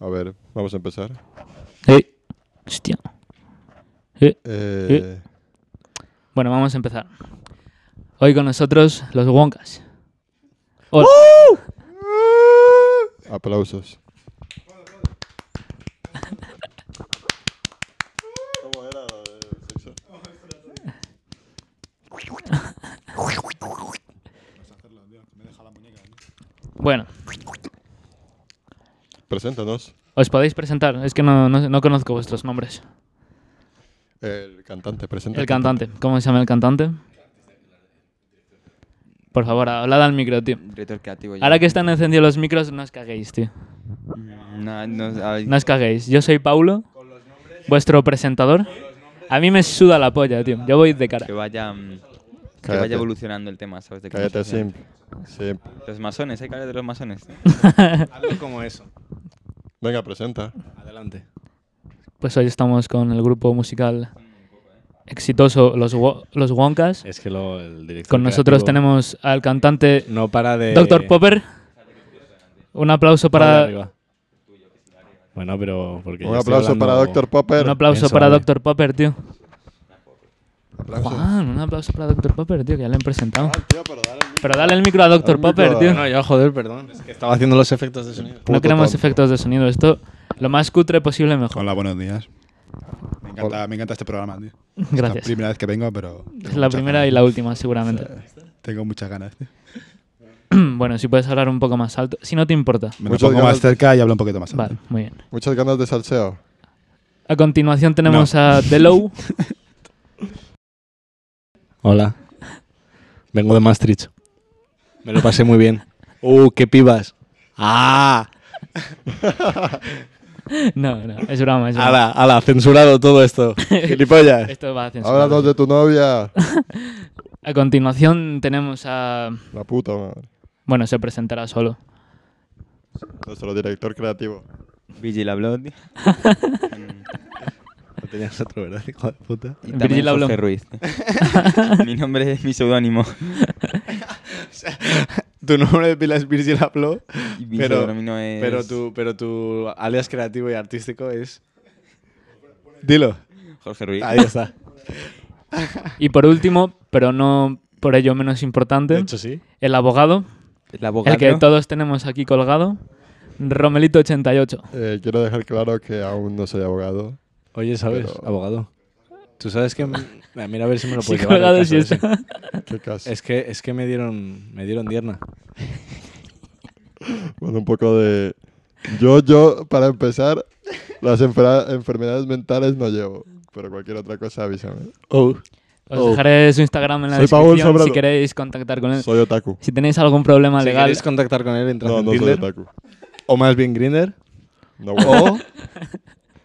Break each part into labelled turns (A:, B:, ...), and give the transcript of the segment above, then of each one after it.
A: A ver, vamos a empezar.
B: Eh, hostia. Eh,
A: Eh,
B: Bueno, vamos a empezar. Hoy con nosotros los Wonkas. Hola.
A: Aplausos.
B: Bueno,
A: Preséntanos.
B: os podéis presentar. Es que no, no- no conozco vuestros nombres.
A: El cantante, presenta.
B: El cantante. ¿Cómo se llama el cantante? Por favor, hablad al micro, tío.
C: Director creativo. yo.
B: Ahora que están encendidos los micros, no os caguéis, tío.
C: Mm, No, no, ay,
B: No os caguéis. Yo soy Paulo, vuestro presentador. A mí me suda la polla, tío. Yo voy de cara.
C: Que vaya, mm, que
A: Cállate.
C: vaya evolucionando el tema, ¿sabes? De que
A: Cállate,
C: no se-
A: Simp. Simp.
C: Los masones, ¿eh? Cállate los masones.
D: Algo como eso.
A: Venga, presenta.
D: Adelante.
B: Pues hoy estamos con el grupo musical exitoso Los, Wo- los Wonkas.
D: Es que lo, el director.
B: Con nosotros
D: creativo Eh,
B: tenemos al cantante
D: No para de.
B: Dr. Popper. Un aplauso para
D: arriba. Bueno, pero. Porque
A: Un aplauso para Dr. Popper.
B: un aplauso
D: Eso
B: para
D: vale.
B: Dr. Popper, tío.
A: Aplausos.
B: Juan, un aplauso para Dr. Popper, tío, que ya le han presentado.
A: Ah, tío, pero dale el micro.
B: Pero dale el micro a Dr.
A: Al micro
B: Popper,
A: a-
B: tío.
D: No, yo, joder, perdón. Es que estaba haciendo los efectos de sonido.
A: puto
B: No queremos
A: tonto.
B: efectos de sonido. Esto, lo más cutre posible, mejor.
E: Hola, buenos días. Me encanta, me encanta este programa, tío. Es la
B: Gracias.
E: primera vez que vengo, pero. tengo
B: Es la
E: muchas
B: primera y la
E: ganas.
B: última, seguramente.
E: Tengo muchas ganas. tío.
B: Bueno, si puedes hablar un poco más alto. Si no te importa.
E: Me lo
A: Muchas
E: pongo
A: ganas-
E: más cerca y hablo un poquito más alto.
B: Vale, muy bien.
A: Muchas ganas de salseo.
B: A continuación tenemos a The Low.
D: Hola. Vengo de Maastricht. Me lo pasé muy bien. ¡Uh, qué pibas! ¡Ah!
B: No, no, es broma, es broma.
D: ¡Hala, hala! Censurado todo esto. ¡Gilipollas!
B: Esto va a censurar.
A: Háblanos de tu novia.
B: A continuación tenemos a...
A: La puta madre.
B: Bueno, se presentará solo.
A: Nuestro director creativo.
C: Vigil habló, tío. Mm,
D: No tenías otro, ¿verdad, hijo de puta?
C: Y también
B: Virgil
C: Jorge
B: habló.
C: Ruiz. tío. mi nombre es mi seudónimo.
D: Tu nombre de pila es Virgil Abloh,
C: Y Mi
D: Pero-
C: seudónimo es.
D: pero tu, pero tu alias creativo y artístico es... Dilo.
C: Jorge Ruiz.
D: Ahí está.
B: Y por último, pero no por ello menos
D: De
B: importante,
D: hecho, sí.
B: el abogado,
C: el abogado.
B: el que todos tenemos aquí colgado, Romelito88.
A: Eh, quiero dejar claro que aún no soy abogado.
D: Oye, ¿sabes?
A: Pero-
D: Abogado. Tú sabes que... Mira, mira a ver si me lo
B: Sí,
D: puedes llevar.
B: colgado
D: el
B: sí
D: caso
B: está.
D: ese.
A: Qué caso.
D: Es que, es que me dieron me dieron dierna.
A: Bueno, un poco de... Yo, yo, para empezar, las enfer- enfermedades mentales no llevo. Pero cualquier otra cosa avísame.
D: Oh.
B: Os
D: Oh.
B: dejaré su Instagram en la
A: Soy Paul
B: descripción si
A: Sobrado.
B: queréis contactar con él.
A: Soy otaku.
B: Si tenéis algún problema
D: Si
B: Ah, legal,
D: queréis contactar con él, entrad
A: No,
D: en
A: no soy
D: Tinder.
A: otaku.
D: o más bien Grinder.
A: No, bueno.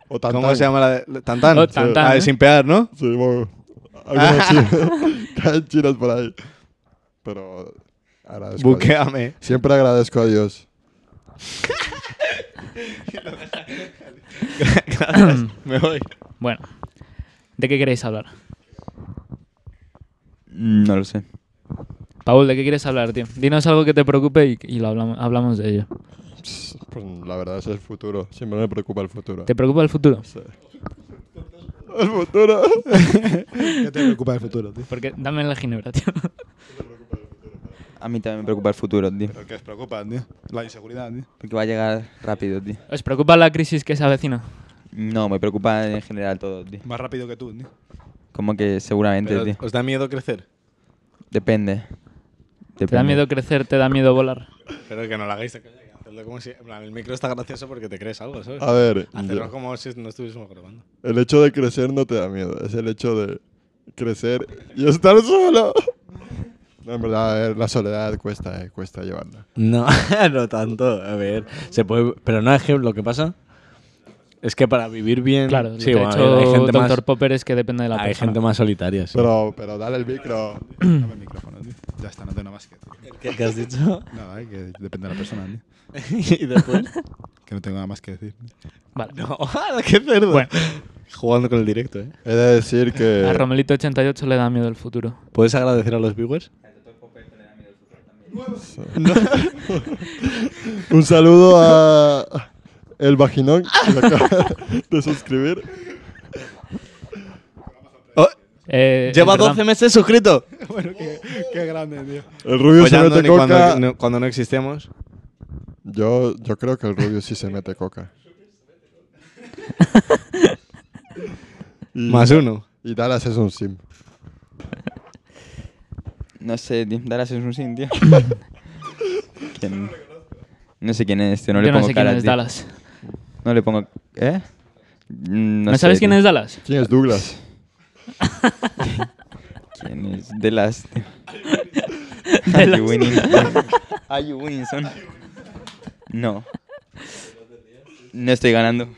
D: O...
A: O
D: Oh, ¿Cómo
A: tantán.
D: se llama la de... Tantan.
B: Oh, Tantan,
D: Ah,
B: ¿eh?
D: sin pear, ¿no?
A: Sí, bueno,
D: Ah.
A: algunas chinas. Caen chinas por ahí. Pero agradezco a Dios.
D: Buqueame.
A: Siempre agradezco a Dios.
D: me voy.
B: bueno, ¿de qué queréis hablar?
C: Mm, No lo sé.
B: Paul, ¿de qué quieres hablar, tío? Dinos algo que te preocupe y, y lo hablamos, hablamos de ello.
A: Pss, pues, la verdad es el futuro. Siempre me preocupa el futuro.
B: ¿Te preocupa el futuro?
A: Sí. El futuro.
E: ¿Qué te preocupa el futuro, tío?
B: Porque dame la ginebra, tío.
C: A mí también me preocupa el futuro, tío.
E: Pero que os preocupa, tío. La inseguridad, tío.
C: Porque va a llegar rápido, tío.
B: ¿Os preocupa la crisis que se avecina?
C: No, me preocupa en general todo, tío.
E: Más rápido que tú, tío.
C: Como que seguramente,
D: Pero,
C: tío.
D: ¿Os da miedo crecer?
C: Depende.
B: ¿Te da miedo crecer? ¿Te da miedo volar?
D: Pero que no la hagáis de coña, que hacerlo como si... en plan, el micro está gracioso porque te crees algo, ¿sabes?
A: A ver,
D: Hacerlo
A: yo-
D: como si no estuviésemos grabando.
A: el hecho de crecer no te da miedo. Es el hecho de crecer y estar solo. No, en verdad, a ver, la soledad cuesta, eh, cuesta llevarla.
D: No, no tanto. A ver, se puede... Pero no, es que lo que pasa es que para vivir bien...
B: Claro,
D: sí,
B: lo que
D: bueno,
B: ha
D: hay-
B: hecho
D: hay gente
B: Dr.
D: más...
B: Popper es que depende de la
D: Hay
B: persona.
D: gente más solitaria, sí.
A: Pero, pero dale el micro.
E: Dame el micrófono, tío. Ya está, no tengo más que. decir.
D: ¿Qué, qué has dicho?
E: Nada, eh, que depende de la persona, tío.
D: y después...
E: Que no tengo nada más que decir.
B: Vale.
D: No, qué cerdo.
B: Bueno.
D: Jugando con el directo, ¿eh?
A: He de decir que...
B: A Romelito88 le da miedo el futuro.
D: ¿Puedes agradecer a los viewers?
A: Un saludo a El vaginón que se acaba de suscribir.
B: Eh,
D: Oh, Lleva
B: es verdad.
D: 12 meses suscrito.
E: bueno, qué, qué grande, tío.
A: El rubio
D: Pues
A: se
D: ya,
A: mete
D: Andoni,
A: coca.
D: cuando, no, cuando no existíamos.
A: Yo, yo creo que el rubio sí se mete coca. Y-
D: Más uno.
A: Y Dallas es un sim.
C: No sé, tío. Dallas es un sin, tío. ¿Quién? No sé quién es, tío. No le
B: Yo no
C: pongo
B: sé quién
C: cara,
B: es
C: tío.
B: Dallas.
C: No le pongo... ¿Eh? Mm, No,
B: ¿No, sabes
C: sé,
B: quién
C: tío.
B: es Dallas?
A: ¿Quién es Douglas?
C: ¿Quién es Dallas, tío? Are you winning? Are you winning, son? No. No estoy ganando.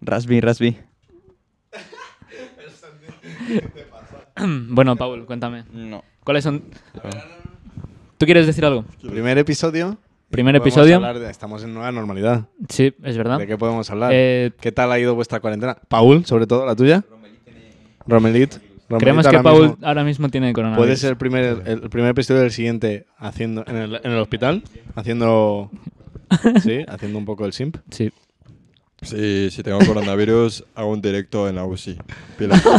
C: Rasby, Rasby.
B: Mm, bueno, Paul, cuéntame.
C: No.
B: ¿Cuáles son...? ¿Tú quieres decir algo?
D: Primer episodio.
B: Primer
D: Podemos
B: episodio.
D: hablar de- estamos en nueva normalidad.
B: Sí, es verdad.
D: ¿De qué podemos hablar?
B: ¿Ah? Eh,
D: ¿Qué tal ha ido vuestra cuarentena? Paul, sobre todo, la tuya. Romelit. Romelit
B: Creemos que
D: ahora
B: Paul Ah,
D: mismo.
B: ahora mismo tiene coronavirus.
D: Puede ser el primer, el primer episodio del siguiente haciendo en el, en el hospital, haciendo. sí, haciendo un poco el simp.
B: Sí.
A: Sí, si tengo coronavirus, hago un directo en la UCI. Pila.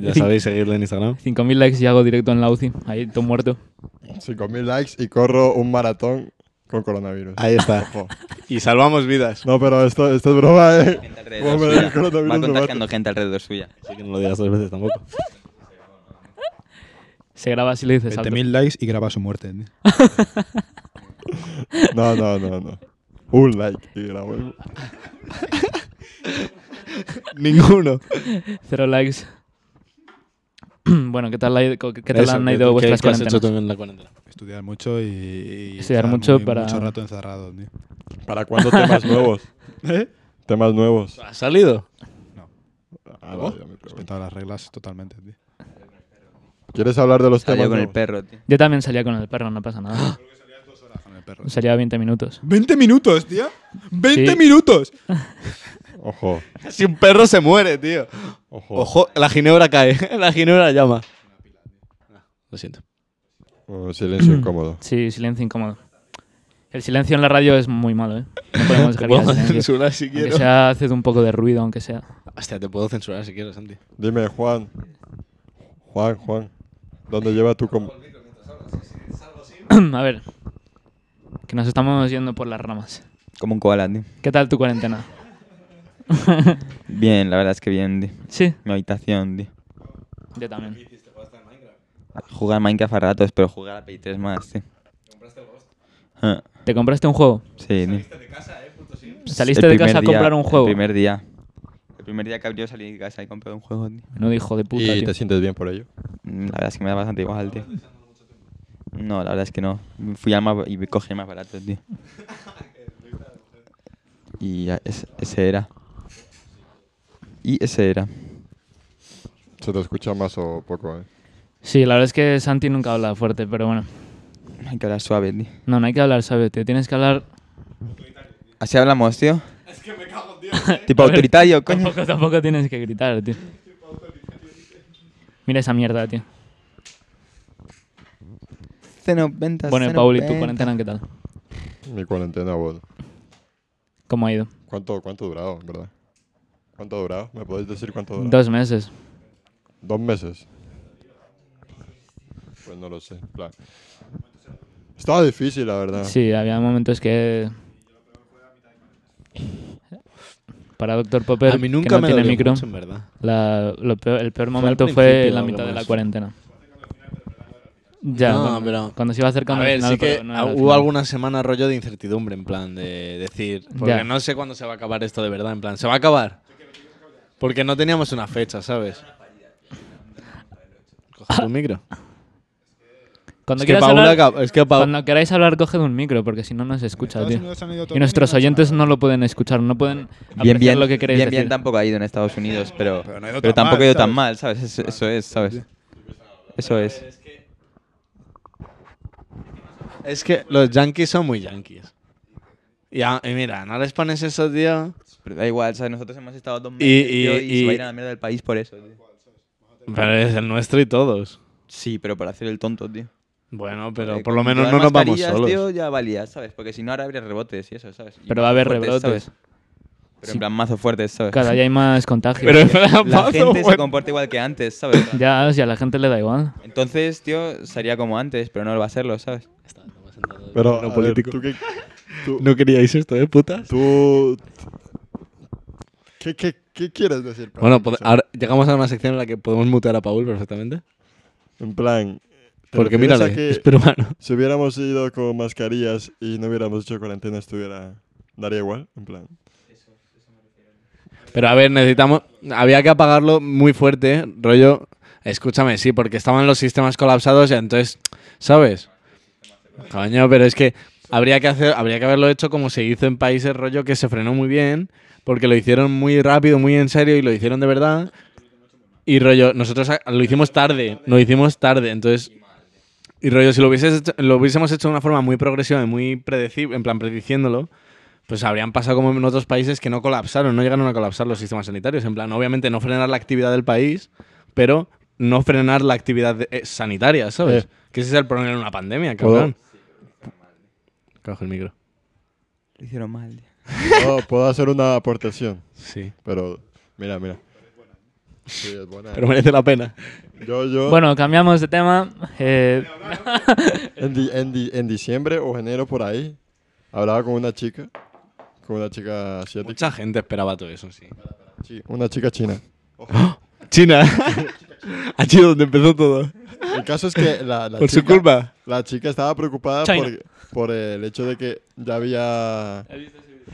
D: Ya sabéis, seguirle en Instagram.
B: 5.000 likes y hago directo en la UCI. Ahí, todo muerto.
A: 5.000 likes y corro un maratón con coronavirus.
D: Ahí está.
A: Ojo.
D: Y salvamos vidas.
A: No, pero esto, esto es broma, ¿eh?
C: Gente
A: Vos me
C: alrededor
A: das
C: suya.
A: el coronavirus,
C: Va
A: me
C: contagiando gente alrededor suya.
D: Así que no lo digas dos veces tampoco.
B: Se graba si le dices alto.
E: 20.000 likes y graba su muerte, tío.
A: No, no, no, no. Un like y grabo.
D: Ninguno.
B: Cero likes. bueno, ¿qué tal, la- co- qué tal
D: Eso,
B: han
D: ¿qué-
B: ido
D: qué-
B: vuestras
D: qué has hecho
B: cuarentenas?
D: tú en la cuarentena?
E: Estudiar mucho y... y
B: Estudiar
E: estar
B: mucho
E: muy-
B: para-
E: Mucho rato encerrado, tío.
A: ¿Para cuándo temas nuevos?
E: ¿Eh?
A: Temas nuevos.
D: ¿Has salido?
A: Ah,
B: ¿Oh?
A: vale, ya me pregunto.
E: Respetado las reglas totalmente, tío.
A: ¿Quieres hablar de los temas
C: Salió con el
A: nuevos?
C: perro, tío.
B: Yo también salía con el perro, no pasa nada.
E: Con el perro.
B: salía 20 minutos.
E: 20 minutos, tío. 20
B: Sí.
E: minutos.
A: Ojo,
D: Si un perro se muere, tío.
A: ojo.
D: Ojo, la ginebra cae. La ginebra llama.
B: Ah,
D: Lo siento.
A: Un silencio incómodo.
B: Sí, silencio incómodo. El silencio en la radio es muy malo, ¿eh? No podemos
D: Te
B: dejar
D: puedo
B: que haya silencio.
D: censurar si
B: Aunque
D: quiero.
B: sea, haced un poco de ruido, aunque sea.
D: Hostia, te puedo censurar si quiero, Santi.
A: Dime, Juan. Juan, Juan. ¿Dónde lleva tu... com-
B: A ver. Que nos estamos yendo por las ramas.
C: Como un koala, tío.
B: ¿Qué tal tu cuarentena?
C: Bien, la verdad es que bien, tío.
B: Sí,
C: Mi habitación, tío.
B: yo también.
C: Jugar Minecraft a ratos, pero jugar a Play 3 más, tío. Ah,
B: ¿Te compraste un juego?
C: Sí, tío.
B: ¿Saliste
C: El
B: de casa a
C: primer día-
B: comprar un juego?
C: El primer día. El primer día que abrió salí de casa y compré un juego, tío.
B: No, hijo de puta,
A: ¿Y
B: tío.
A: te sientes bien por ello?
C: Mm, La verdad es que me da bastante igual, tío. No, la verdad es que no. Fui al más ba- y cogí el más barato, tío. Y ya, es- ese era. Y ese era.
A: Se te escucha más o poco, ¿eh?
B: Sí, la verdad es que Santi nunca habla fuerte, pero bueno.
C: Hay que hablar suave, tío.
B: No, no hay que hablar, ¿sabes? Tío? Tienes que hablar...
C: Así hablamos, tío. Es que me cago, eh. tío. Tipo autoritario, coño.
B: Tampoco, tampoco tienes que gritar, tío. Mira esa mierda, tío.
C: Ceno, ventas,
B: Bueno, y
C: ceno,
B: Paul, ¿y tu
C: ventas.
B: cuarentena qué tal?
A: Mi cuarentena, bueno.
B: ¿Cómo ha ido?
A: ¿Cuánto, cuánto ha durado, en verdad? ¿Cuánto ha durado? ¿Me podéis decir cuánto ha durado?
B: Dos meses.
A: ¿Dos meses? Pues no lo sé. en plan. Estaba difícil, la
D: Ah.
A: verdad.
B: Sí, había momentos que... Para Dr. Popper,
D: a mí nunca
B: que no
D: me
B: tiene
D: dolió
B: micro,
D: mucho, en verdad.
B: la- lo peor- el peor
D: al
B: momento fue
D: principio,
B: la mitad de la
D: además.
B: cuarentena. Ya,
D: No,
B: bueno,
D: pero-
B: cuando se iba
D: A
B: acercando al
D: ver,
B: final,
D: sí que
B: pero no era al
D: hubo
B: final.
D: alguna semana rollo de incertidumbre, en plan, de decir, porque
B: Ya.
D: no sé cuándo se va a acabar esto de verdad, en plan, ¿se va a acabar? Porque no teníamos una fecha, ¿sabes? Coge tu micro.
B: Cuando
D: Es que,
B: quieras
D: Paul
B: hablar-
D: acaba- es que Paul-
B: Cuando queráis hablar, coged un micro, porque si no, no se escucha,
E: Estados
B: tío.
E: Unidos han ido todo
B: Y nuestros
E: bien,
B: oyentes no lo pueden escuchar, no pueden
C: Bien,
B: apreciar
C: bien,
B: lo que queréis
C: bien,
B: decir.
C: bien, tampoco ha ido en Estados Unidos, pero,
E: Pero no ha ido
C: pero
E: tan
C: tampoco
E: mal,
C: ha ido
E: ¿sabes?
C: tan mal, ¿sabes? Eso, eso es, ¿sabes? Eso es.
D: Es que los yankees son muy yankees. Y, a- y mira, no les pones eso, tío.
C: Pero da igual, ¿sabes? Nosotros hemos estado dos meses
D: Y-
C: tío, y,
D: y-
C: se va a
D: y-
C: ir a la mierda del país por eso, tío.
D: Pero es el nuestro y todos.
C: Sí, pero para hacer el tonto, tío.
D: Bueno,
C: Eh,
D: pero por
C: con
D: lo menos
C: llevar
D: no nos vamos
C: mascarillas,
D: solos.
C: tío, ya valía, ¿sabes? Porque si no, ahora habría rebotes y eso, ¿sabes? Y
B: Pero va a haber
C: fuertes,
B: rebrotes.
C: ¿sabes? Pero
B: Sí.
C: en plan mazo fuerte, ¿sabes?
B: Cada día hay más contagios.
D: Pero en plan,
C: la
D: mazo
C: gente se
D: fuerte.
C: comporta igual que antes, ¿sabes?
B: Ya, si a la gente le da igual.
C: Entonces, tío, sería como antes, pero no va a serlo, ¿sabes?
A: Pero,
D: No
A: a ver,
D: político.
A: ¿tú qué, tú-
D: No queríais esto, ¿eh, putas?
A: tú- ¿Qué, qué, qué quieres decir? Pablo?
D: Bueno, pues,
A: O
D: pod-
A: sea,
D: ahora llegamos a una sección en la que podemos mutear a Paul perfectamente.
A: En plan... ¿te
D: Porque
A: refieres a
D: mírale,
A: que
D: es peruano.
A: Si hubiéramos ido con mascarillas y no hubiéramos hecho cuarentena, estuviera... Daría igual, en plan...
D: Pero a ver, necesitamos. Había que apagarlo muy fuerte, rollo. Escúchame, sí, porque estaban los sistemas colapsados y entonces, ¿sabes? Coño, pero es que habría que hacer, habría que haberlo hecho como se hizo en países rollo que se frenó muy bien, porque lo hicieron muy rápido, muy en serio y lo hicieron de verdad. Y rollo, nosotros a- lo hicimos tarde, lo hicimos tarde, entonces y rollo si lo hubieses hecho- lo hubiésemos hecho de una forma muy progresiva y muy predecible, en plan prediciéndolo, pues habrían pasado como en otros países que no colapsaron, no llegaron a colapsar los sistemas sanitarios. En plan, obviamente no frenar la actividad del país, pero no frenar la actividad de- eh, sanitaria, ¿sabes?
A: Eh.
D: Que ese es el problema en una pandemia,
A: ¿Puedo?
D: cabrón. Coge el micro.
C: Lo hicieron mal, tío.
A: No, puedo hacer una aportación,
D: Sí.
A: pero... Mira, mira. Sí, es buena.
D: Pero merece la pena.
A: Yo, yo...
B: Bueno, cambiamos de tema. Eh,
A: En, di- en di- en diciembre o enero por ahí, hablaba con una chica, con una chica asiática,
D: Mucha gente esperaba todo eso, sí.
A: sí, una chica china.
D: China. ha sido donde empezó todo.
A: El caso es que la, la
D: Por su
A: chica-
D: culpa.
A: La chica estaba preocupada
B: China.
A: por, por el hecho de que ya había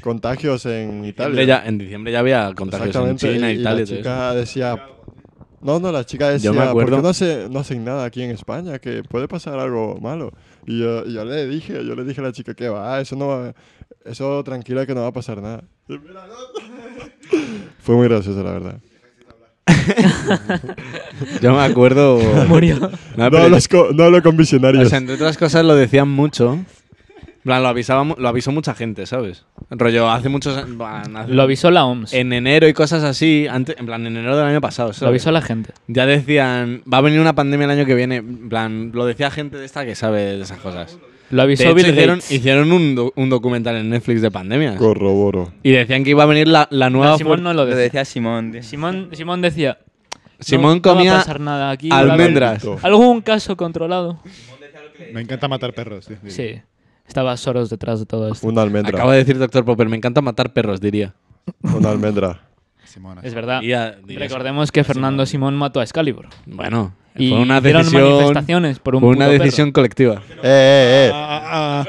A: contagios en Italia.
D: Diciembre ya- en diciembre ya había contagios en
A: Exactamente.
D: China,
A: y, y
D: Italia.
A: la
D: todo eso.
A: chica decía... No, no, la chica decía,
D: me
A: ¿por
D: acuerdo-
A: qué no, hace- no hacen nada aquí en España? Que puede pasar algo malo. Y yo, y yo le dije, yo le dije a la chica que va, "Ah, eso no va, eso tranquila que no va a pasar nada. Y mira, no. Fue muy gracioso, la verdad.
D: Yo me acuerdo.
B: murió.
D: No,
A: No,
D: Ah, pero-
A: hablas con, no hablo con
D: o
A: visionarios.
D: sea, entre otras cosas lo decían mucho. En plan, lo, avisaba, mu- lo avisó mucha gente, ¿sabes? Rollo, hace muchos an- ban- hace-
B: Lo avisó la OMS.
D: En enero y cosas así, antes, en plan, en enero del año pasado,
B: Lo
D: ¿sabes?
B: avisó la gente.
D: Ya decían, va a venir una pandemia el año que viene. En plan, lo decía gente de esta que sabe de esas cosas.
B: Lo
D: De
B: avisó
D: hecho,
B: Bill
D: hicieron,
B: Gates.
D: hicieron un, do- un documental en Netflix de pandemias.
A: Corroboro.
D: Y decían que iba a venir la, la nueva.
B: No,
D: fuer-
B: Ah, Simón no lo
C: Lo
B: decía.
C: decía Simón, tío.
B: Simón, Simón decía. "No-
D: Simón
B: no va a
D: comía
B: pasar nada aquí, va a haber
D: almendras.
A: Almendras.
B: Algún caso controlado.
E: Me encanta matar perros, tío.
B: Sí. Estaba Soros detrás de todo esto.
A: Una almendra.
D: Acaba de decir Doctor Popper, me encanta matar perros, diría.
A: Una almendra.
E: Simona.
B: Es verdad.
D: Diría- diría eso.
B: Recordemos que Fernando Simón mató a Excalibur.
D: Bueno,
B: Y
D: fue una
B: hicieron
D: decisión.
B: manifestaciones por un
D: fue una
B: puto perro.
D: decisión colectiva.
A: Eh, eh, eh.
E: Ah, ah,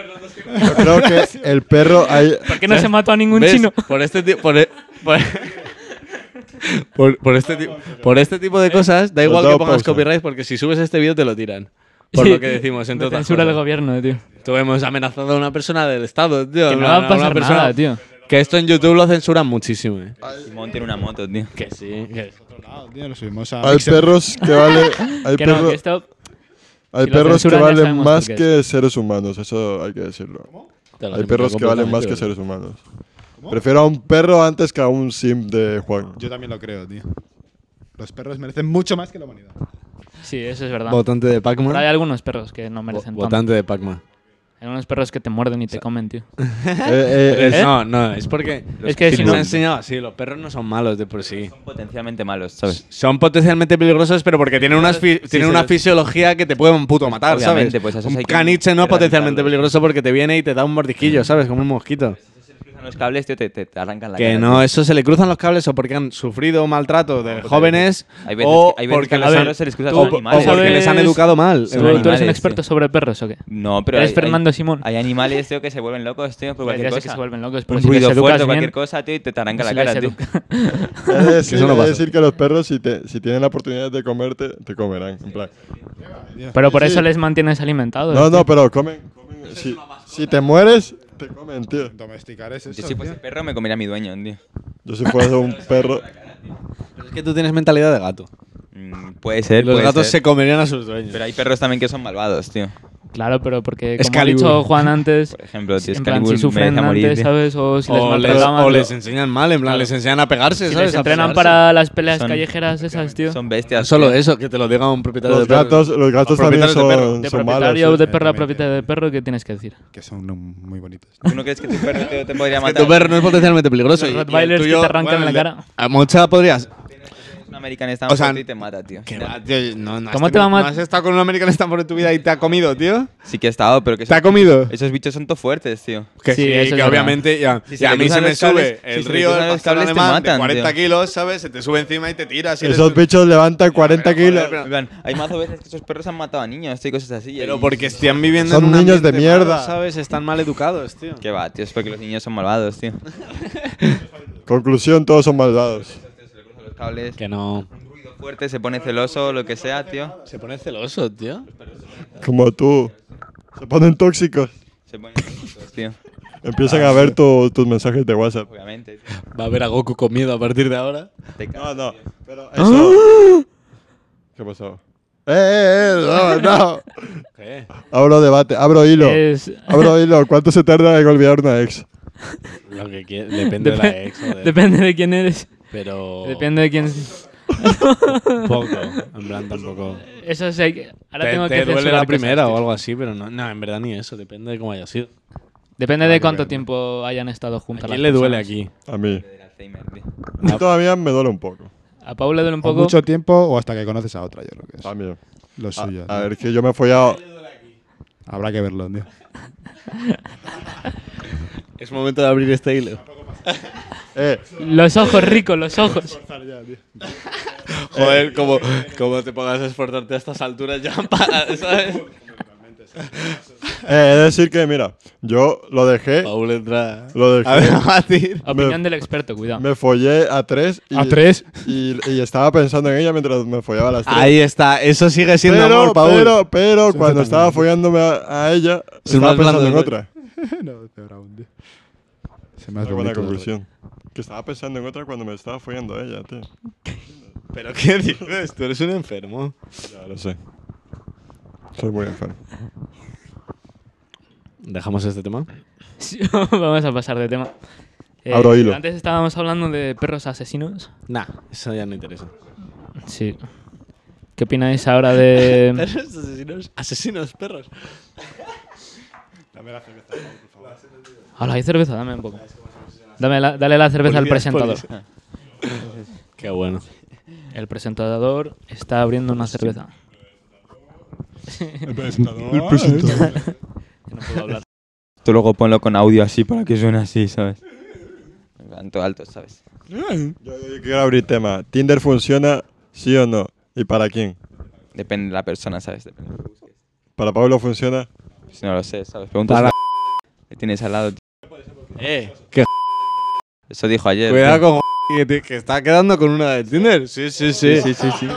A: Yo creo que el perro... Hay,
B: ¿Por qué no se mató a ningún
D: ¿Ves?
B: chino?
D: Por este tipo. Por, e- por- por- por este ti- por este tipo de cosas, da
A: Os
D: igual que
A: dado
D: pongas
A: pausa.
D: copyright porque si subes este vídeo te lo tiran. Por
B: Sí.
D: lo que decimos en
B: Me
D: total.
B: Censura el gobierno, tío.
D: Tuvimos amenazado a una persona del Estado, tío.
B: Que no
D: una-
B: va a
D: una
B: pasar
D: persona-
B: nada, tío.
D: Que esto en YouTube lo censuran muchísimo, eh.
C: Simón tiene una moto, tío.
D: Que sí. que-
E: ah, tío, lo subimos a
A: hay
E: Mixer.
A: perros que valen... Hay,
B: Que no,
A: perro-
B: que esto-
A: hay
B: si lo
A: perros que
B: censuran ya
A: valen
B: sabemos
A: más
B: por qué
A: que seres humanos. Eso hay que decirlo.
D: te lo
A: Hay perros que
D: censuran
A: valen más que
D: completamente,
A: seres humanos. Prefiero a un perro antes que a un sim de Juan.
E: Yo también lo creo, tío. Los perros merecen mucho más que la humanidad.
B: Sí, eso es verdad.
D: Votante de
B: Pero hay
D: Pac-Man.
B: algunos perros que no
D: Vo-
B: merecen tanto.
D: Votante de Pac-Man.
B: Hay algunos perros que te muerden y te comen, tío.
A: Eh, eh, eh,
D: Es- No, no, es porque.
B: Es que si
D: nos
B: no-
D: ha enseñado así, los perros no son malos de por sí.
C: Son potencialmente malos, ¿sabes?
D: Son potencialmente peligrosos, pero porque tienen, unas fi-
C: sí,
D: tienen
C: sí,
D: una
C: sí.
D: fisiología que te puede un puto matar,
C: obviamente,
D: ¿sabes?
C: pues a esos
D: un
C: hay que
D: caniche no es potencialmente
C: erradicarlos.
D: peligroso porque te viene y te da un mordijillo, ¿sabes? Como un mosquito.
C: Si se cruzan los cables, tío, te, te- te arrancan la
D: Que
C: cara.
D: no,
C: tío.
D: eso se le cruzan los cables o porque han sufrido maltrato de jóvenes
C: Hay veces
D: o
C: que- hay veces
D: porque
C: que los
D: les han-
C: perros se les cruzan
D: o-
C: los
D: o
C: animales.
D: porque les han
B: ¿Sabes?
D: educado mal.
B: ¿Tú,
C: Son
D: en
B: tú eres
D: animales.
B: un
C: animales,
B: experto
C: tío.
B: sobre perros o qué?
C: No, pero.
B: Eres
C: hay-
B: Fernando
C: hay-
B: Simón.
C: Hay animales, tío, que se vuelven locos, tío, por cualquier
B: ya sé
C: cosa.
B: que se vuelven
D: Pues
B: locos. pero
C: Un
B: si les
C: ruido
B: educas
C: fuerte, o
B: bien,
C: cualquier cosa, tío, y te, te arranca
B: se
C: la
B: les
C: cara, tío.
B: educa.
A: es decir,
D: eso no
A: es
D: pasa.
A: decir que los perros, si, te- si tienen la oportunidad de comerte, te comerán. en plan.
B: Pero por
A: Sí,
B: eso
A: sí.
B: les mantienes alimentados.
A: No,
B: tío.
A: no, pero comen. comen- si, si te mueres, te comen, tío.
E: Domesticar es eso.
C: Yo si
B: pues,
C: fuese
E: tío.
C: perro me comería a mi dueño, tío.
A: Yo si fuese un perro...
D: Pero Es que tú tienes mentalidad de gato.
C: Mm, puede ser.
D: Los
C: puede
D: gatos
C: ser.
D: se comerían a sus dueños.
C: Pero hay perros también que son malvados, tío.
B: Claro, pero porque, como ha
D: Excalibur.
B: dicho Juan antes,
C: Por ejemplo, tío,
B: en plan,
C: Excalibur
B: si
C: me
B: sufren
C: deja morir.
B: antes,
C: tío.
B: ¿sabes? O si les
D: o les,
B: maltrataban, lo-
D: o les enseñan mal, en plan,
B: Claro.
D: les enseñan a pegarse,
B: si
D: ¿sabes?
B: les
D: A
B: entrenan
D: pegarse.
B: para las peleas
C: Son-
B: callejeras esas, tío.
C: Son bestias.
D: Solo
C: tío.
D: eso, que te lo diga un propietario
A: Los
D: de perro.
A: gatos, los gatos
D: O
A: también
D: propietarios de perro.
A: son,
B: De
A: son
B: propietario,
D: eh,
A: malos.
B: de perra,
E: Evidentemente.
B: propietario de perro, ¿qué tienes que decir?
E: Que son no, muy bonitos.
C: ¿Tú no crees que tu perro tío, te podría
D: Que
C: matar?
D: tu perro no es potencialmente peligroso.
B: Los
D: y- y el
B: Rottweilers que
D: tuyo,
B: te arrancan
D: bueno,
B: en la
D: el de-
B: cara.
D: A Mocha podrías.
C: Un American Stanford
D: O sea,
C: y te mata, tío.
D: Que va, tío, no, no has
B: ¿Cómo te
D: tenido-
B: va a mat-
D: no has estado con un American Stanford en tu vida y te ha comido, tío?
C: Sí que he estado, pero que
D: ¿Te
C: esos,
D: ha comido?
C: esos bichos son to fuertes, tío.
D: Que
B: Sí,
D: sí,
B: eso es
D: que
B: verdad.
D: obviamente ya,
C: Si se
D: ya
C: te
D: a mí se
C: cruzan
D: me
C: los cables-
D: sube el
C: si se te
D: río,
C: cruzan
D: el
C: los
D: pastor
C: cables, te
D: alemán de
C: matan,
D: 40
C: tío.
D: kilos, ¿sabes? Se te sube encima y te tiras. y eres
A: Esos
D: un-
A: bichos levantan 40
D: pero, joder,
A: kilos.
D: pero-
C: En plan, hay mazo veces que esos perros han matado a niños tío, y cosas así.
D: Pero
C: y-
D: porque están viviendo
A: Son
D: en un
A: niños de
D: ambiente
A: mierda.
D: malo, ¿Sabes? Están mal educados, tío.
C: Que va, tío, es porque los niños son malvados, tío.
A: Conclusión, todos son maldados.
C: Se le cruzan los cables.
D: Que no.
C: Un ruido fuerte, se pone celoso, lo que sea, tío.
D: Se pone celoso, tío.
A: Como tú. Se ponen tóxicos.
C: Se ponen celosos, tío.
A: Empiezan
D: Ah,
A: a ver tu- tus mensajes de WhatsApp.
C: Obviamente. tío.
D: Va a ver a Goku con miedo a partir de ahora.
C: Te
A: No,
C: cagas,
A: no.
C: tío.
A: Pero eso.
D: Ah.
A: ¿Qué pasó? ¡Eh, eh, eh! No, no.
D: ¿Qué?
A: Abro debate, abro hilo.
D: Eh.
B: Es-
A: Abro hilo. ¿Cuánto se tarda en olvidar una ex?
D: Lo que quie- Depende de la ex, joder.
B: Depende de quién eres.
D: Pero.
B: Depende de quién.
D: Poco. En plan, tampoco.
B: Eso sí. hay que- Ahora
D: te
B: tengo
D: te
B: que
D: duele
B: censurar
D: la
B: cosas,
D: primera
B: tío.
D: o algo así, pero no, no, en verdad ni eso. Depende de cómo haya sido.
B: Depende
E: Habrá
B: de
E: que
B: cuánto
E: ver.
B: tiempo hayan estado
D: Ah, ¿A
B: juntas.
D: quién
B: las
D: le duele
B: personas.
D: aquí?
A: A mí.
C: Del Alzheimer, tío.
A: A
D: Ah.
A: mí todavía me duele un poco.
B: A Paula duele un
E: O
B: poco.
E: mucho tiempo o hasta que conoces a otra, yo creo que es.
A: También.
E: Lo
A: A,
E: suyo.
A: a ver, que yo me he follado.
E: Habrá que verlo, tío.
D: Es momento de abrir este hilo.
A: Eh,
B: Los ojos, rico, los ojos.
D: Joder, como, como te pongas a esforzarte a estas alturas ya para, ¿sabes?
A: eh, he de decir que, mira, yo lo dejé.
D: Paul entra.
A: Lo dejé.
D: A ver, a batir.
B: Opinión del experto, cuidado.
A: Me follé a tres. Y,
E: ¿A tres?
A: Y, y estaba pensando en ella mientras me follaba a las tres.
D: Ahí está, eso sigue siendo
A: pero,
D: amor, Paul.
A: pero, pero,
E: Son
A: cuando
E: tan
A: estaba
E: grandes.
A: follándome a, a ella,
D: Es el
A: estaba
D: más blando
A: pensando en
D: del
A: otra.
E: no, peor aún, tío. Se me
A: Una
E: hace
A: buena
E: bonito,
A: conclusión. Que estaba pensando en otra cuando me estaba follando a ella, tío.
D: ¿Pero qué dices? Tú eres un enfermo.
A: Ya lo sé. Soy muy enfermo.
D: ¿Dejamos este tema?
B: Sí, Vamos a pasar de tema. Eh,
A: Abro hilo.
B: Antes estábamos hablando de perros asesinos.
D: Nah, eso ya no interesa.
B: Sí. ¿Qué opináis ahora de.
D: Perros asesinos. Asesinos, perros.
B: Hola, hay cerveza, dame un poco. Dame la- dale la cerveza al
D: Policías,
B: presentador. Ah.
D: policías. Pues Qué bueno.
B: El presentador está abriendo una cerveza.
A: El presentador.
B: No puedo hablar.
C: Tú luego ponlo con audio así para que suene así, ¿sabes? En plan, todo alto, ¿sabes?
A: Yo, yo- yo quiero abrir tema. ¿Tinder funciona, sí o no? ¿Y para quién?
C: Depende de la persona, ¿sabes? Depende de lo que busques.
A: ¿Para Pablo funciona?
C: Si no lo sé, ¿sabes? Preguntas
D: Para-
C: que tienes al lado, tío.
D: Eh, que
C: Eso dijo ayer.
D: cuidado
C: tío.
D: con que, te- que está quedando con una de Tinder. Sí, sí, Este. sí. sí, sí, sí.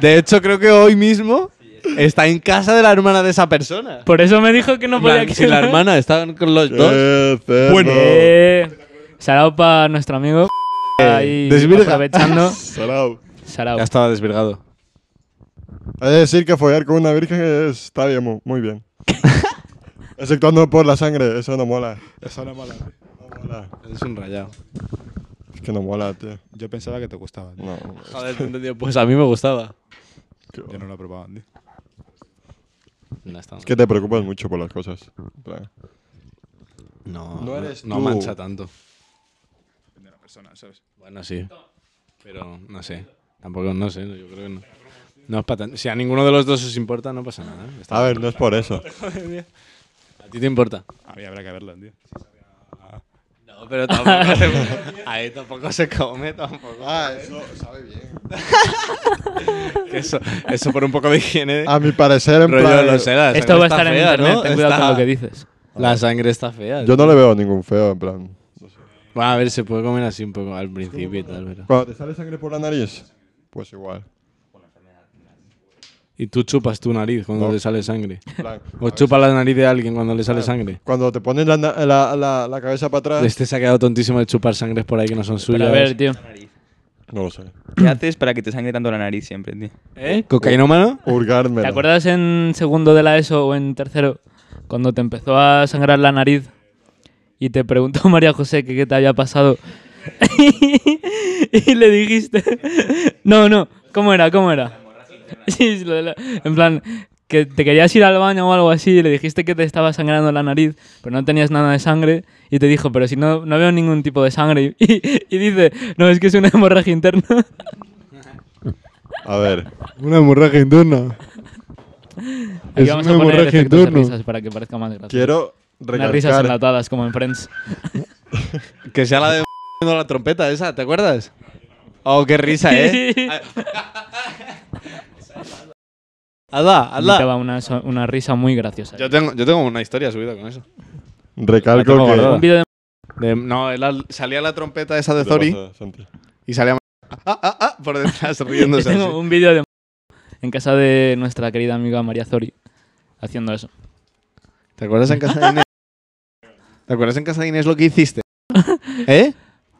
D: De hecho, creo que hoy mismo está en casa de la hermana de esa persona.
B: Por eso me dijo que no
D: En
B: podía
D: plan,
B: que
D: si la hermana estaban con los dos.
A: ¡Qué cerdo!
D: Bueno.
B: Eh, sarao para nuestro amigo. Ahí
D: desvirga.
B: aprovechando.
A: Sarau.
B: Sarao.
D: Eh, Ya estaba desvirgado.
A: Hay que decir que follar con una virgen es- está bien, mu- muy bien. Exceptuando por la sangre, eso no mola.
E: Eso no mola, tío.
A: No mola.
D: Es un rayado.
A: Es que no mola, tío.
E: Yo pensaba que te gustaba, tío.
A: No.
D: Joder, te he entendido. Pues a mí me gustaba.
A: qué
E: Yo
A: va.
E: no lo he probado, tío.
D: No, está
A: Es que te preocupas mucho por las cosas. En plan,
D: no,
A: no eres
D: no
A: tú.
D: mancha tanto.
E: Depende de la persona, ¿sabes?
D: Bueno, sí. Pero no sé. Tampoco, no sé. Yo creo que no. No es pa' tan- Si a ninguno de los dos os importa, no pasa nada. Está-
A: A ver, no es por eso.
D: A ti te importa.
E: A mí habrá que verlo, tío.
A: Oh.
D: No, pero tampoco se... Ahí tampoco se come, tampoco.
A: Ah, eso sabe bien.
D: Que eso, eso por un poco de higiene.
A: A mi parecer, en
D: rollo,
A: plan,
D: no sé, la
B: Esto
D: sangre
B: va a
D: está
B: estar en
D: fea,
B: internet.
D: ¿no?
B: Ten cuidado con
D: Está-
B: lo que dices.
D: La sangre está fea.
A: Yo no le veo ningún feo, en plan.
D: Bueno, a ver, se puede comer así un poco al principio y tal, pero...
A: Cuando te sale sangre por la nariz, pues igual.
D: Y tú chupas tu nariz cuando
A: No.
D: le sale sangre.
A: En plan,
D: O chupa la nariz de alguien cuando le sale sangre.
A: Cuando te pones la, na- la- la- la cabeza para atrás,
D: Este se ha quedado tontísimo de chupar sangres por ahí que no son
B: Pero
D: suyas.
B: a ver, tío.
A: No lo sé.
C: ¿Qué haces para que te sangre tanto la nariz siempre, tío?
D: ¿Eh? ¿Cocainómano?
A: Hurgarme.
B: ¿Te acuerdas en segundo de la ESO o en tercero? Cuando te empezó a sangrar la nariz y te preguntó María José que qué te había pasado. y le dijiste. No, no. ¿Cómo era? ¿Cómo era? Sí, sí, lo de la- en plan, que te querías ir al baño o algo así y le dijiste que te estaba sangrando la nariz, pero no tenías nada de sangre. Y te dijo, pero si no, no veo ningún tipo de sangre. Y, y dice, no, es que es una hemorragia interna.
A: A ver.
F: Una hemorragia interna.
B: Aquí
F: Es
B: vamos
F: una
B: a poner
F: hemorragia
B: efectos de
F: interna.
B: risas para que parezca más gracioso.
A: Quiero
B: Unas risas
A: recalcar.
B: enlatadas como en Friends.
D: Que sea la de la trompeta esa, ¿te acuerdas? Oh, qué risa, ¿eh? Hazla, hazla.
B: Imitaba una, so- una risa muy graciosa.
D: Yo tengo, yo tengo una historia subida con eso.
A: Recalco
D: La tengo
A: que.
D: guardada.
B: Un vídeo de-
D: De- no, era- salía la trompeta esa de
A: ¿Qué
D: Zori
A: pasa, Santi?
D: y salía ah, ah, ah, por detrás
B: yo
D: riéndose.
B: tengo
D: así.
B: un vídeo de en casa de nuestra querida amiga María Zori haciendo eso.
D: ¿Te acuerdas en casa de Inés? ¿Te acuerdas en casa de Inés lo que hiciste? ¿Eh?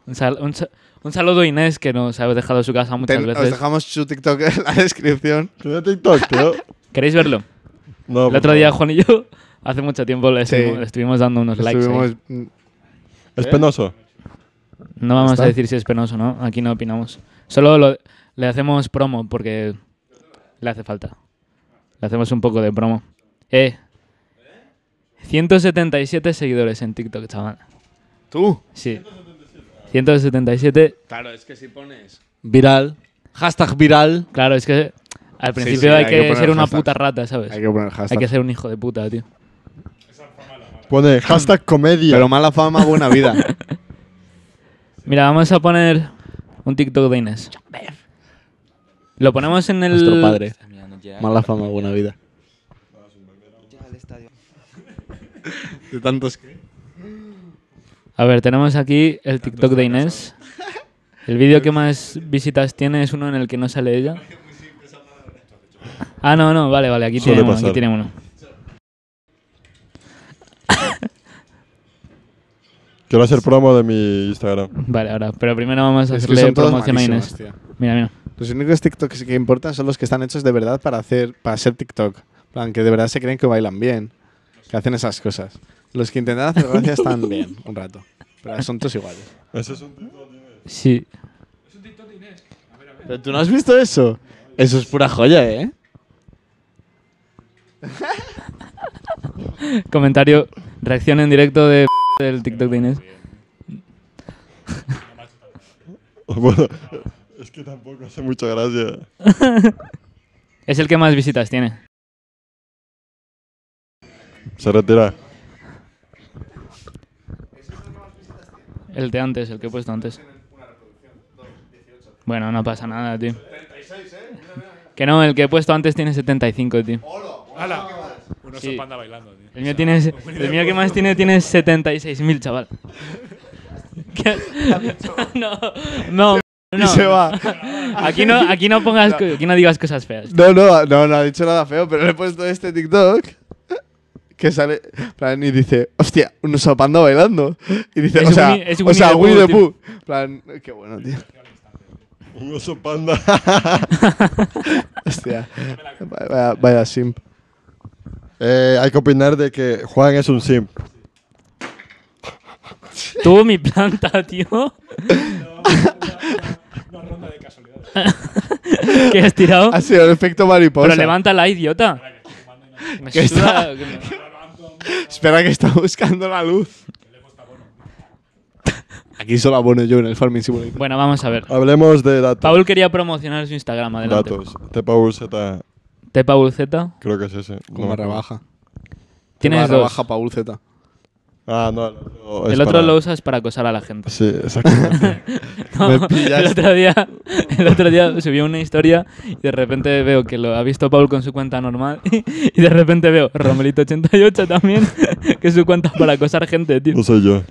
B: Un, sal- un sa- un saludo a Inés que nos ha dejado su casa muchas
D: Ten- os
B: veces.
D: dejamos su TikTok en la descripción.
A: Tiene TikTok, tío.
B: ¿Queréis verlo?
A: No, por
B: El otro
A: favor.
B: día Juan y yo hace mucho tiempo le,
D: Sí.
B: estuvimos- le estuvimos dando unos likes. ¿eh? ahí.
D: Estuvimos- mm,
A: Es penoso.
B: No vamos
D: ¿Está?
B: a decir si es penoso, ¿no? Aquí no opinamos. Solo lo- le hacemos promo porque le hace falta. Le hacemos un poco de promo. Eh. 177 seguidores en TikTok, chaval.
D: ¿Tú?
B: Sí. 177.
D: Claro, es que si pones viral, hashtag viral,
B: Claro, es que al
D: Sí,
B: principio
D: sí,
B: hay,
D: hay
B: que,
D: que poner
B: ser una
D: hashtags.
B: puta rata, ¿sabes?
D: hay que poner
B: Hay
D: hashtag.
B: que ser un hijo de puta, tío.
A: Pone hashtag comedia.
D: Pero mala fama, buena vida.
B: Mira, vamos a poner un TikTok de Inés. Lo ponemos en el...
D: Nuestro padre.
C: ya.
D: Mala fama, buena vida. De tantos que.
B: A ver, tenemos aquí el TikTok de Inés. El vídeo que más visitas tiene es uno en el que no sale ella. Ah, no, no, vale, vale, aquí
A: Suele
B: tiene uno, aquí
A: pasar.
B: tiene uno.
A: Quiero hacer promo de mi Instagram.
B: Vale, ahora, pero primero vamos a
D: Es que
B: hacerle
D: son todos
B: promoción a Inés.
D: malísimos, tío.
B: Mira, mira.
D: Los únicos TikToks que importan son los que están hechos de verdad para hacer para ser TikTok. En plan, que de verdad se creen que bailan bien, que hacen esas cosas. Los que intentan hacer gracia están bien, un rato. Pero son todos iguales.
A: Ese es un
B: Sí.
D: ¿Pero tú no has visto eso? Eso es pura joya, ¿eh?
B: Comentario, reacción en directo de del TikTok de Inés.
A: Bueno, es que tampoco hace mucha gracia.
B: Es el que más visitas tiene.
A: Se retira.
B: El de antes, el que he puesto antes. Bueno, no pasa nada, tío. Que no, el que he puesto antes tiene 75, tío.
G: ¡Hala! Un oso
B: Sí.
G: panda bailando, tío.
B: El mío, tiene, el mío que más tiene tiene 76.000, chaval. ¿Qué? No, no,
D: Y se
B: no.
D: va.
B: Aquí no, aquí no pongas, co- aquí no digas cosas feas.
D: No, no, no, no ha dicho nada feo, pero le he puesto este TikTok que sale en plan, y dice, hostia, un oso panda bailando. Y dice,
B: Es
D: o sea,
B: Winnie- es
D: o sea,
B: Winnie
D: Winnie
B: the
D: the
B: Pooh,
D: Pooh. En plan, qué bueno, tío.
A: Un oso panda.
D: Hostia. Vaya, vaya simp.
A: Eh, hay que opinar de que Juan es un simp.
B: Tú, mi planta, tío.
G: Una ronda de casualidades.
B: Que has tirado.
D: Ha sido el efecto mariposa.
B: Pero levántala, idiota. Me
D: Que está-
B: suda, que me-
D: Espera que está buscando la luz. Aquí solo abono yo en el Farming Simulator.
B: Bueno, vamos a ver.
A: Hablemos de datos.
B: Paul quería promocionar su Instagram, adelante.
A: datos. T. Paul Z,
B: Te Paul Z.
A: creo que es ese. No
D: Como
A: me acuerdo.
D: rebaja.
B: Tienes
D: Barra
B: dos.
D: baja Paul Z.
A: Ah, no, el otro. es
B: El otro
A: para-
B: lo usas para acosar a la gente.
A: Sí, exactamente.
B: No,
D: Me
B: el
D: pillaste.
B: otro día, el otro día subí una historia y de repente veo que lo ha visto Paul con su cuenta normal y de repente veo Romelito 88 también que es su cuenta para acosar gente, tío.
A: no soy yo.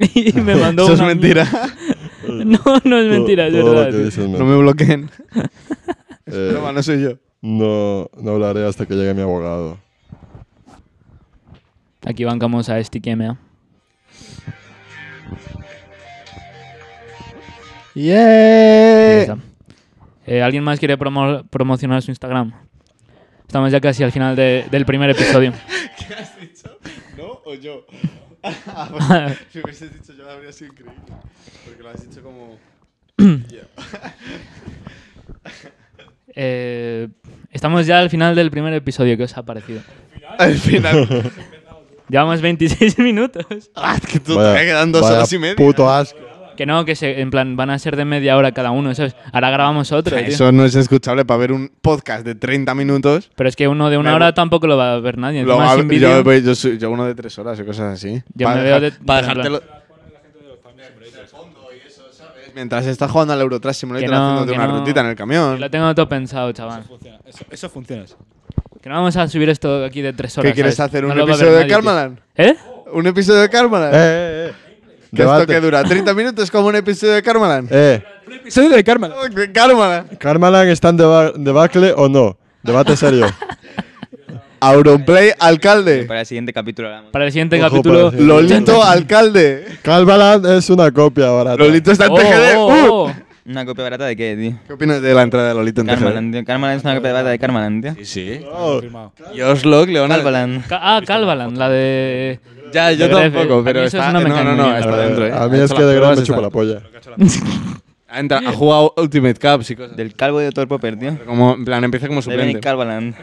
B: Y me mandó
D: Eso es
B: una-
D: mentira.
B: No, no es mentira, es
A: Todo- todo lo
B: verdad.
A: que
B: tío.
A: dices, no.
D: No me bloqueen.
A: Eh,
D: No, no soy yo.
A: no, no hablaré hasta que llegue mi abogado.
B: Aquí bancamos a Sticky MA. Y ya
A: ¡Yeah!
B: está. Eh, ¿Alguien más quiere promo- promocionar su Instagram? Estamos ya casi al final de- del primer episodio.
A: ¿No? ¿O yo? si hubieses dicho yo, habría sido increíble. Porque lo has dicho como.
B: Eh, estamos ya al final del primer episodio. ¿Qué os ha parecido?
D: Al final.
B: Llevamos 26 minutos.
D: ah, que tú te quedan dos horas y media.
A: Puto asco.
B: Que no, que se, en plan van a ser de media hora cada uno, ¿sabes? Ahora grabamos otro, tío.
D: Eso no es escuchable para ver un podcast de 30 minutos.
B: Pero es que uno de una
D: Me-
B: hora tampoco lo va a ver nadie.
D: Lo
B: Encima
D: ab-
B: sin vídeo,
D: yo, pues, yo soy- yo uno de tres horas o cosas así.
B: Yo
D: Pa'
B: me veo de-
D: dejar- pa'
B: en plan-
D: dejártelo- Mientras estás jugando al Eurotrack Simulator
B: Que no,
D: haciéndote
B: que
D: una
B: no.
D: rutita en el camión.
B: Lo tengo todo pensado, chaval.
H: Funciona. Eso, eso funciona. así.
B: Que no vamos a subir esto aquí de tres horas.
D: ¿Qué quieres
B: ¿sabes?
D: hacer?
B: No
D: ¿Un
B: lo va a ver
D: episodio de
B: nadie, tío.
D: Carmalan?
B: ¿Eh?
D: ¿Un episodio de Carmalan?
A: Eh, eh, eh.
D: que esto
A: Debate.
D: que dura 30 minutos como un episodio de Carmalan.
A: Eh,
H: Un episodio de Carmen.
D: Oh, de Carmalan.
A: ¿Carmalan está en deba- debacle o no? Debate serio.
D: Auronplay alcalde.
C: Para el siguiente capítulo hablamos.
B: Para el siguiente
A: Ojo,
B: capítulo.
A: parece.
D: Lolito alcalde.
A: Carmalan es una copia barata.
D: Lolito está en
B: Oh,
D: TGD. ¡Uh!
B: oh, oh.
C: ¿Una copia barata de qué, tío?
D: ¿Qué opinas de la entrada de Lolito en
C: Carmalan, tío. Carmalan es una copia barata de Carmalan, tío.
D: TGD? Sí.
A: No,
H: Firmado.
D: Oslock, Leonardo.
C: Carmalan.
B: Ca- Ah, Calvalan, la de.
D: Ya, yo
B: De Grefg. A
D: tampoco,
B: mí
D: pero
B: esos
D: está...
B: no
D: No,
B: me
D: no,
B: caen
D: no,
B: muy bien, la
D: está
A: a ver,
D: dentro, ¿eh?
A: A
D: Ha
A: mí es
D: hecho
A: que
D: las
A: de gran
D: pruebas,
A: me chupa
D: está.
A: la polla.
I: Ha, entra- ha jugado Ultimate Cups y cosas.
C: Del calvo de Thor Popper, tío.
I: Como, en plan, empieza como
C: De Benny
I: suplente.
C: Carvalan.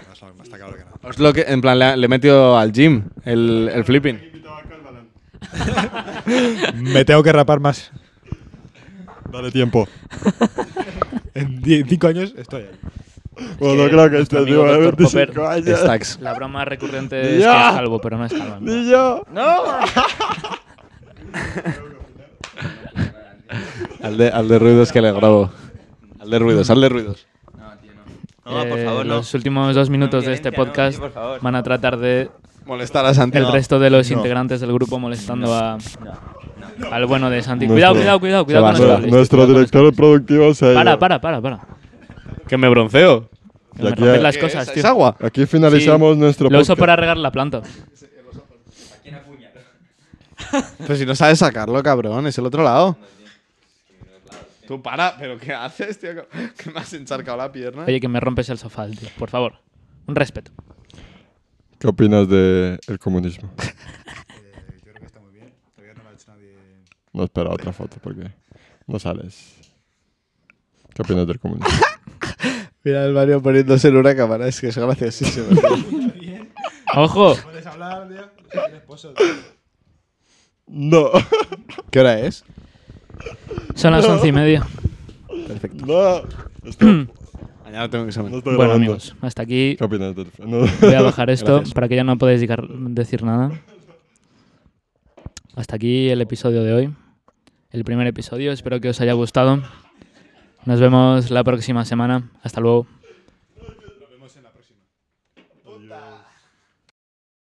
I: Os lo que- en plan, le, le he metido al gym el, el flipping.
E: Me tengo que rapar más.
A: Dale tiempo.
E: En 5 años estoy ahí.
A: Bueno,
B: que
A: no creo que
B: nuestro
A: este
B: amigo
A: tío de
B: Dr.
A: 25
B: Popper
A: años.
I: Stacks.
B: La broma recurrente
A: Ni
B: es que es
A: yo.
B: calvo, pero no es calvo. en verdad.
A: Ni yo.
I: Al de, al de ruidos que le grabo. Al de ruidos, al de ruidos.
C: No, tío, no. No, por
B: Eh,
C: favor, no.
B: Los últimos dos minutos de este
C: violencia, no,
B: podcast
C: tío, por favor.
B: van a tratar de
D: Molestar a Santi.
B: el
D: No.
B: resto de los integrantes del grupo molestando a, al bueno de Santi.
A: Nuestro-
B: Cuidado, cuidado, cuidado, cuidado con los
A: Nuestro-
B: cables,
A: Nuestro
B: cuidado con los
A: director productivo se ha
B: cables. Para,
A: ido.
B: para, para, para.
I: Que me bronceo.
B: Que
A: Y
B: me
A: aquí-
B: rompes las
D: ¿Qué
B: cosas,
D: es?
B: tío.
D: ¿Es agua?
A: Aquí finalizamos nuestro
B: Lo uso
A: podcast.
B: para regar la planta.
D: Pero si no sabes sacarlo, cabrón, es el otro lado. Tú para, pero ¿qué haces, tío? ¿Qué me has encharcado la pierna?
B: Oye, que me rompes el sofá, tío. Por favor. Un respeto.
A: ¿Qué opinas del comunismo?
E: Eh, Yo creo que está muy bien. Todavía no me ha hecho nadie.
A: No espera otra foto porque no sales. ¿Qué opinas del comunismo?
D: Mira el Mario poniéndose en una cámara, es que es graciosísimo.
B: ¡Ojo!
E: ¿Puedes hablar, tío? esposo.
A: no,
D: ¿Qué hora es?
B: Son las once y media.
D: Perfecto.
A: no. Estoy-
D: Mañana tengo que
A: no
D: examen.
A: estoy
B: Bueno,
A: grabando.
B: amigos, hasta aquí.
A: ¿Qué opinas del.? no.
B: Voy a bajar esto
A: Gracias.
B: para que ya no podáis digar- decir nada. Hasta aquí el episodio de hoy. El primer episodio. Espero que os haya gustado. Nos vemos la próxima semana. Hasta luego.